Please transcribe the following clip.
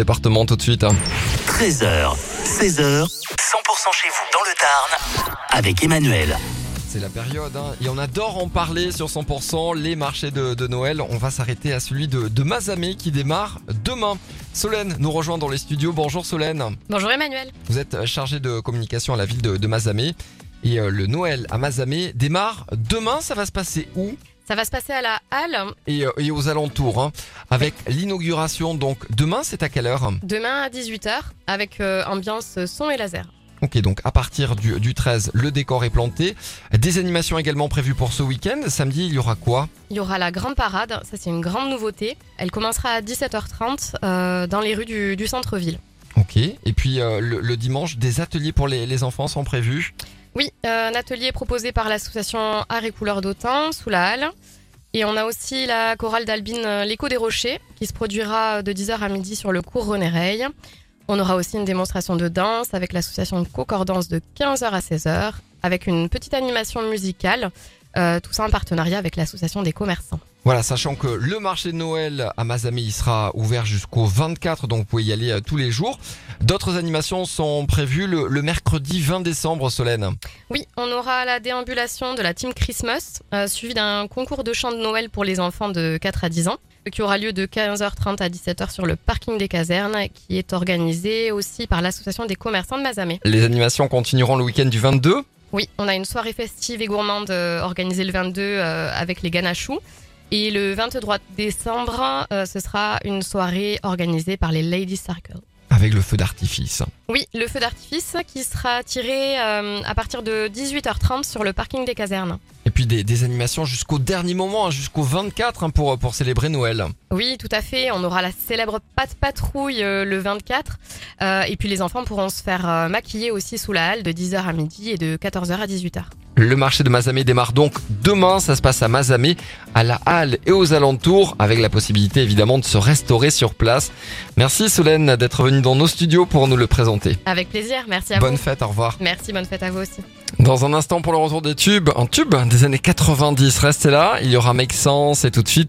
Département tout de suite. hein. 13h, 16h, 100% chez vous dans le Tarn, avec Emmanuel. C'est la période. hein. Et on adore en parler sur 100% les marchés de, de Noël. On va s'arrêter à celui de, de Mazamet qui démarre demain. Solène nous rejoint dans les studios. Bonjour Solène. Bonjour Emmanuel. Vous êtes chargée de communication à la ville de, de Mazamet. Et euh, le Noël à Mazamet démarre demain. Ça va se passer où Ça va se passer à la halle. et, euh, et aux alentours. hein. Avec l'inauguration, donc demain, c'est à quelle heure Demain à 18h avec euh, ambiance son et laser. Ok, donc à partir du, du 13, le décor est planté. Des animations également prévues pour ce week-end. Samedi, il y aura quoi Il y aura la grande parade, ça c'est une grande nouveauté. Elle commencera à 17h30 euh, dans les rues du, du centre-ville. Ok. Et puis euh, le, le dimanche, des ateliers pour les, les enfants sont prévus. Oui, euh, un atelier proposé par l'association Art et Couleurs d'Autun sous la halle. Et on a aussi la chorale d'Albine euh, L'Écho des Rochers qui se produira de 10h à midi sur le cours René Rey. On aura aussi une démonstration de danse avec l'association de Concordance de 15h à 16h avec une petite animation musicale. euh, tout ça en partenariat avec l'association des commerçants. Voilà, sachant que le marché de Noël à Mazamé, il sera ouvert jusqu'au 24, donc vous pouvez y aller euh, tous les jours. D'autres animations sont prévues le, le mercredi 20 décembre, Solène. Oui, on aura la déambulation de la Team Christmas, euh, suivie d'un concours de chant de Noël pour les enfants de 4 à 10 ans, qui aura lieu de 15h30 à 17h sur le parking des casernes, qui est organisé aussi par l'association des commerçants de Mazamé. Les animations continueront le week-end du 22. Oui, on a une soirée festive et gourmande euh, organisée le 22 euh, avec les Ganachous. Et le 23 décembre, euh, ce sera une soirée organisée par les Ladies Circle. Avec le feu d'artifice. Oui, le feu d'artifice qui sera tiré euh, à partir de 18h30 sur le parking des casernes. Et puis des, des animations jusqu'au dernier moment, hein, jusqu'au 24 hein, pour, pour célébrer Noël. Oui, tout à fait. On aura la célèbre patte patrouille euh, le 24. Euh, et puis les enfants pourront se faire euh, maquiller aussi sous la halle de 10h à midi et de 14h à 18h. Le marché de Mazamé démarre donc demain, ça se passe à Mazamé, à la halle et aux alentours, avec la possibilité évidemment de se restaurer sur place. Merci Solène d'être venue dans nos studios pour nous le présenter. Avec plaisir. Merci à Bonne vous. fête, au revoir. Merci, bonne fête à vous aussi. Dans un instant pour le retour des tubes, un tube des années 90, restez là, il y aura Make Sense et tout de suite.